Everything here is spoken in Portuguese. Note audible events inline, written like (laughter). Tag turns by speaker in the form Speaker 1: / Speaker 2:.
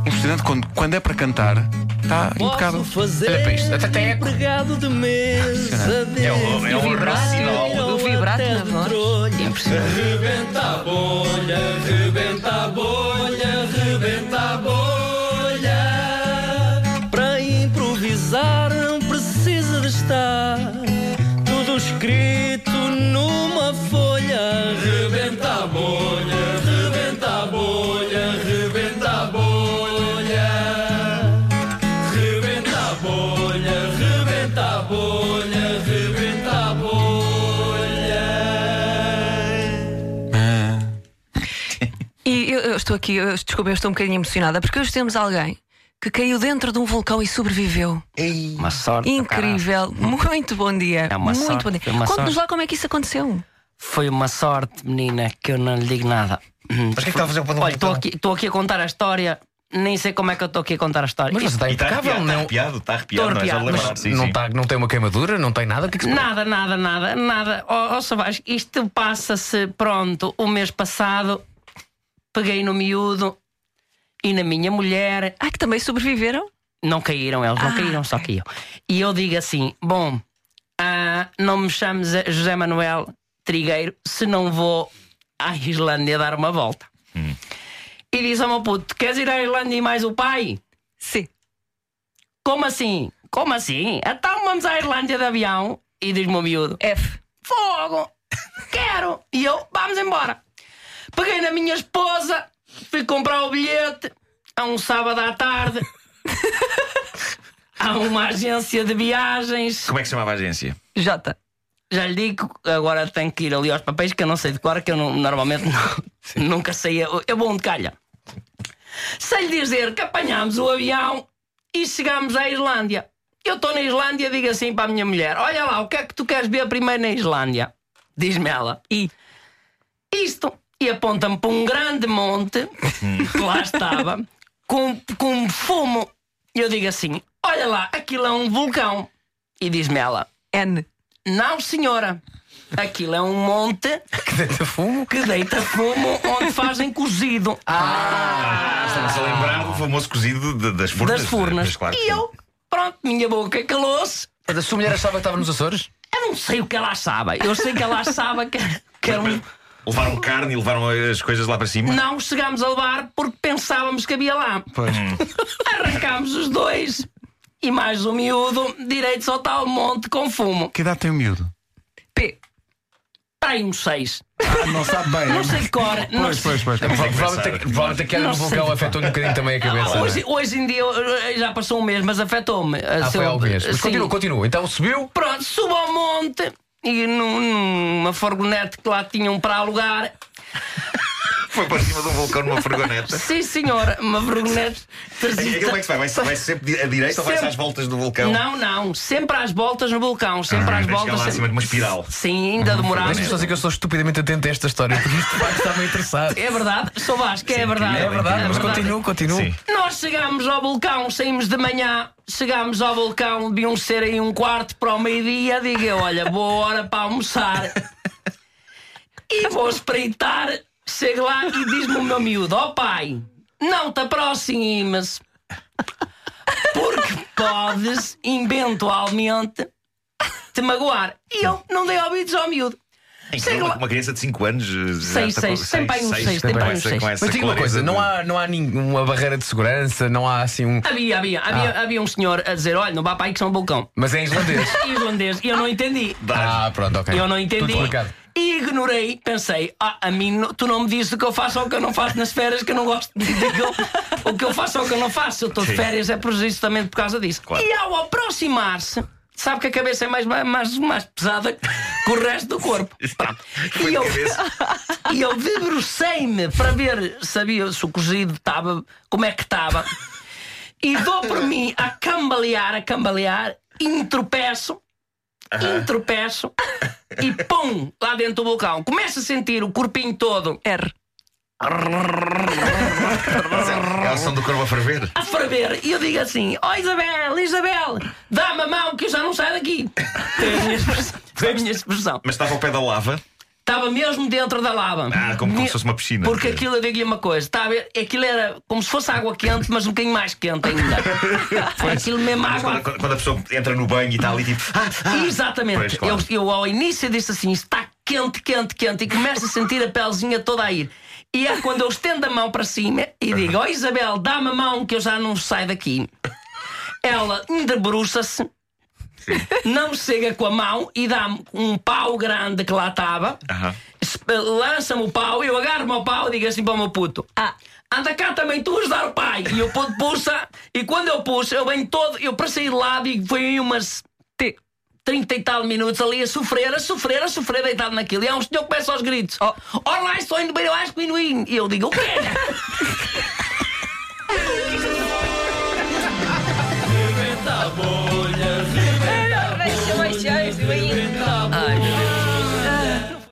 Speaker 1: impressionante Um quando, quando é para cantar, tá está impecável.
Speaker 2: Posso fazer
Speaker 1: um Olha para isto. Até, até eco.
Speaker 2: empregado de mesa
Speaker 3: É o- é o
Speaker 2: desde
Speaker 3: vibrato,
Speaker 2: Brasil
Speaker 4: o vibrato
Speaker 2: até
Speaker 4: na
Speaker 2: de
Speaker 4: voz.
Speaker 2: Trolha.
Speaker 1: Impressionante.
Speaker 2: Rebenta a bolha, rebenta a bolha, rebenta a bolha. Para improvisar não precisa de estar tudo escrito numa folha. Rebenta a bolha, rebenta a bolha, rebenta a bolha. Rebenta a bolha, rebenta a bolha, rebenta a bolha.
Speaker 4: E eu, eu estou aqui, eu, desculpa, eu estou um bocadinho emocionada, porque hoje temos alguém que caiu dentro de um vulcão e sobreviveu.
Speaker 3: Uma sorte. do caralho.
Speaker 4: Incrível, muito bom dia.
Speaker 3: É uma
Speaker 4: muito
Speaker 3: sorte,
Speaker 4: bom dia.
Speaker 3: é uma
Speaker 4: Conta-nos
Speaker 3: sorte.
Speaker 4: lá como é que isso aconteceu.
Speaker 3: Foi uma sorte, menina, que eu não lhe digo nada. Mas
Speaker 5: que é que está a fazer o Padre
Speaker 3: Olha, estou
Speaker 5: Montão?
Speaker 3: aqui, estou aqui a contar a história, nem sei como é que eu estou aqui a contar a história.
Speaker 5: Mas você está
Speaker 6: E está
Speaker 5: impecável,
Speaker 6: arrepiado,
Speaker 5: não?
Speaker 3: Estou
Speaker 6: está arrepiado, está arrepiado, não é? Já
Speaker 3: arrepiado,
Speaker 6: me lembrava.
Speaker 3: mas
Speaker 6: Sim,
Speaker 5: não,
Speaker 6: sim.
Speaker 5: tá- não tem uma queimadura, não tem nada. O que é que se-
Speaker 3: Nada, nada, nada, nada. Ó, ó Savage, isto passa-se, pronto, o mês passado peguei no miúdo e na minha mulher.
Speaker 4: Ah, que também sobreviveram?
Speaker 3: Não caíram, eles não
Speaker 4: Ah,
Speaker 3: caíram, só
Speaker 4: ok.
Speaker 3: caíam. E eu digo assim: bom, ah, não me chames a José Manuel Trigueiro se não vou à Islândia dar uma volta. E disse ao meu puto: queres ir à Islândia e mais o pai?
Speaker 4: Sim.
Speaker 3: Como assim? Como assim? Então vamos à Islândia de avião. E diz-me o miúdo:
Speaker 4: F.
Speaker 3: Fogo! Quero! E eu, vamos embora! Peguei na minha esposa, fui comprar o bilhete a um sábado à tarde. (laughs) Há uma agência de viagens.
Speaker 6: Como é que se chamava a agência?
Speaker 4: J.
Speaker 3: Já lhe digo, que agora tenho que ir ali aos papéis que eu não sei de cor, que eu não- normalmente não- nunca sei. Eu eu vou onde calha. Sei lhe dizer que apanhámos o avião e chegámos à Islândia. Eu estou na Islândia digo assim para a minha mulher: Olha lá, o que é que tu queres ver primeiro na Islândia? Diz-me ela:
Speaker 4: I.
Speaker 3: isto. E aponta-me para um grande monte que lá estava, com, com um fumo. E eu digo assim: Olha lá, aquilo é um vulcão. E diz-me ela:
Speaker 4: N.
Speaker 3: Não, senhora, aquilo é um monte
Speaker 5: Que deita fumo?
Speaker 3: que deita fumo onde fazem cozido
Speaker 6: Estamos a lembrar do famoso cozido de- das furnas.
Speaker 3: das furnas.
Speaker 6: né? Mas claro que
Speaker 3: e eu, pronto, minha boca calou-se.
Speaker 5: A da sua mulher achava que estava nos Açores?
Speaker 3: Eu não sei o que ela achava. Eu sei que ela achava que, que era um.
Speaker 6: Levaram carne e levaram as coisas lá para cima.
Speaker 3: Não chegámos a levar porque pensávamos que havia lá.
Speaker 5: Pois.
Speaker 3: (laughs) Arrancámos os dois e mais um miúdo direitos ao tal monte com fumo.
Speaker 1: Que idade tem o miúdo?
Speaker 4: P.
Speaker 3: Tem uns seis.
Speaker 5: não sabe bem. né?
Speaker 3: Não sei de cor. não
Speaker 1: Pois,
Speaker 3: sei-
Speaker 1: pois, pois. pois.
Speaker 5: Provavelmente provavelmente a queda no
Speaker 3: Não sei.
Speaker 5: vulcão afetou-lhe um bocadinho também a cabeça.
Speaker 3: Ah,
Speaker 5: não é?
Speaker 3: Hoje, hoje em dia eh, já passou um mês, mas afetou-me.
Speaker 5: Ah, foi ao mês. Mas
Speaker 3: Sim.
Speaker 5: continua, continua. Então subiu.
Speaker 3: Pronto, subo ao monte e num- numa furgonete que lá tinham para alugar.
Speaker 6: Foi para cima de um vulcão
Speaker 3: (laughs)
Speaker 6: numa furgoneta.
Speaker 3: Sim, senhora, uma furgonete.
Speaker 6: E aquilo como é que se vai? Vai-se vai sempre à direita ou vai-se
Speaker 3: Sempre.
Speaker 6: às voltas do vulcão?
Speaker 3: Não, não, sempre às voltas no vulcão, sempre
Speaker 6: Ah,
Speaker 3: às
Speaker 6: vai chegar
Speaker 3: voltas.
Speaker 6: lá
Speaker 3: sempre-
Speaker 6: acima de uma espiral. Uhum.
Speaker 3: Sim, ainda demorámos.
Speaker 5: Deixa-me só dizer que eu sou estupidamente atento a esta história, porque isto de facto está-me a interessar.
Speaker 3: É verdade, sou Vasco, é verdade.
Speaker 6: incrível,
Speaker 5: É verdade,
Speaker 6: É
Speaker 5: mas
Speaker 6: verdade.
Speaker 5: continua, continua.
Speaker 6: Sim.
Speaker 3: Nós chegámos ao vulcão, saímos de manhã, chegámos ao vulcão, deviam ser aí um quarto para o meio-dia. Digo eu, olha, boa hora para almoçar. E vou espreitar. Chego lá e diz-me o meu miúdo: Ó pai, não te aproximes, porque podes, eventualmente, te magoar. E eu não dei ouvidos ao miúdo. Chego
Speaker 6: Incrível,
Speaker 3: lá.
Speaker 6: Então, uma criança de 5 anos. eh,
Speaker 3: Seis, seis, tem pai uns seis, tem pai uns seis.
Speaker 5: Mas diga uma coisa, não há, não há nenhuma barreira de segurança, não há assim um.
Speaker 3: Havia, havia, havia, havia um senhor a dizer: Olha, não vá para aí que são um vulcão.
Speaker 5: Mas é em islandês.
Speaker 3: Irlandês, e eu não entendi.
Speaker 5: ah, pronto, ok.
Speaker 3: Eu não
Speaker 5: Tudo
Speaker 3: entendi.
Speaker 5: explicado.
Speaker 3: E ignorei, pensei, ah, a mim não- tu não me dizes o que eu faço ou o que eu não faço nas férias, que eu não gosto de eu- o que eu faço ou o que eu não faço. Eu estou de
Speaker 6: Sim.
Speaker 3: férias, é prejuízo também por causa disso.
Speaker 6: Claro.
Speaker 3: E ao aproximar-se, sabe que a cabeça é mais, mais, mais pesada que o resto do corpo. Pronto.
Speaker 6: Foi
Speaker 3: (laughs) E
Speaker 6: de
Speaker 3: eu,
Speaker 6: cabeça.
Speaker 3: (laughs) e eu debrucei-me para ver, sabia se o cozido estava, como é que estava. E dou por mim a cambalear, a cambalear, entropeço, entropeço e pum, lá dentro do vulcão. Começo a sentir o corpinho todo
Speaker 4: R.
Speaker 6: É a ação do corvo a ferver.
Speaker 3: a ferver. E eu digo assim: Ó Isabel, Isabel,
Speaker 6: (laughs)
Speaker 3: dá-me a mão que eu já não saio daqui. Foi a minha expressão. Foi a minha expressão.
Speaker 6: Mas estava ao pé da lava.
Speaker 3: Estava mesmo dentro da lava.
Speaker 6: Ah, como- como se fosse uma piscina.
Speaker 3: Porque aquilo, eu digo-lhe uma coisa, está a ver? Aquilo era como se fosse água quente, mas um bocadinho mais quente
Speaker 6: (laughs)
Speaker 3: ainda. aquilo mesmo
Speaker 6: Mas
Speaker 3: água.
Speaker 6: quando, quando- quando a pessoa entra no banho e está ali tipo. Ah, ah.
Speaker 3: Exatamente.
Speaker 6: Pois, claro.
Speaker 3: eu, eu ao início disse assim: está quente, quente, quente, e começo a sentir a pelezinha toda a ir. E é quando eu estendo a mão para cima e digo: Ó Isabel, dá-me a mão que eu já não saio daqui. Ela debruça-se, não chega com a mão e dá-me um pau grande que lá estava,
Speaker 6: Aham.
Speaker 3: esp- lança-me o pau, eu agarro-me ao pau e digo assim para o meu puto:
Speaker 4: Ah,
Speaker 3: Anda cá também tu ajudar o pai. E o puto puxa, e quando eu puxo, eu venho todo, eu para sair de lado e foi aí umas
Speaker 4: te-
Speaker 3: 30 e tal minutos ali a sofrer, a sofrer, a sofrer deitado naquilo. E há um senhor que começa aos gritos: Ó, oh, lá estou indo bem, eu acho que inuim. E eu digo: O quê?
Speaker 2: rebenta a bolha.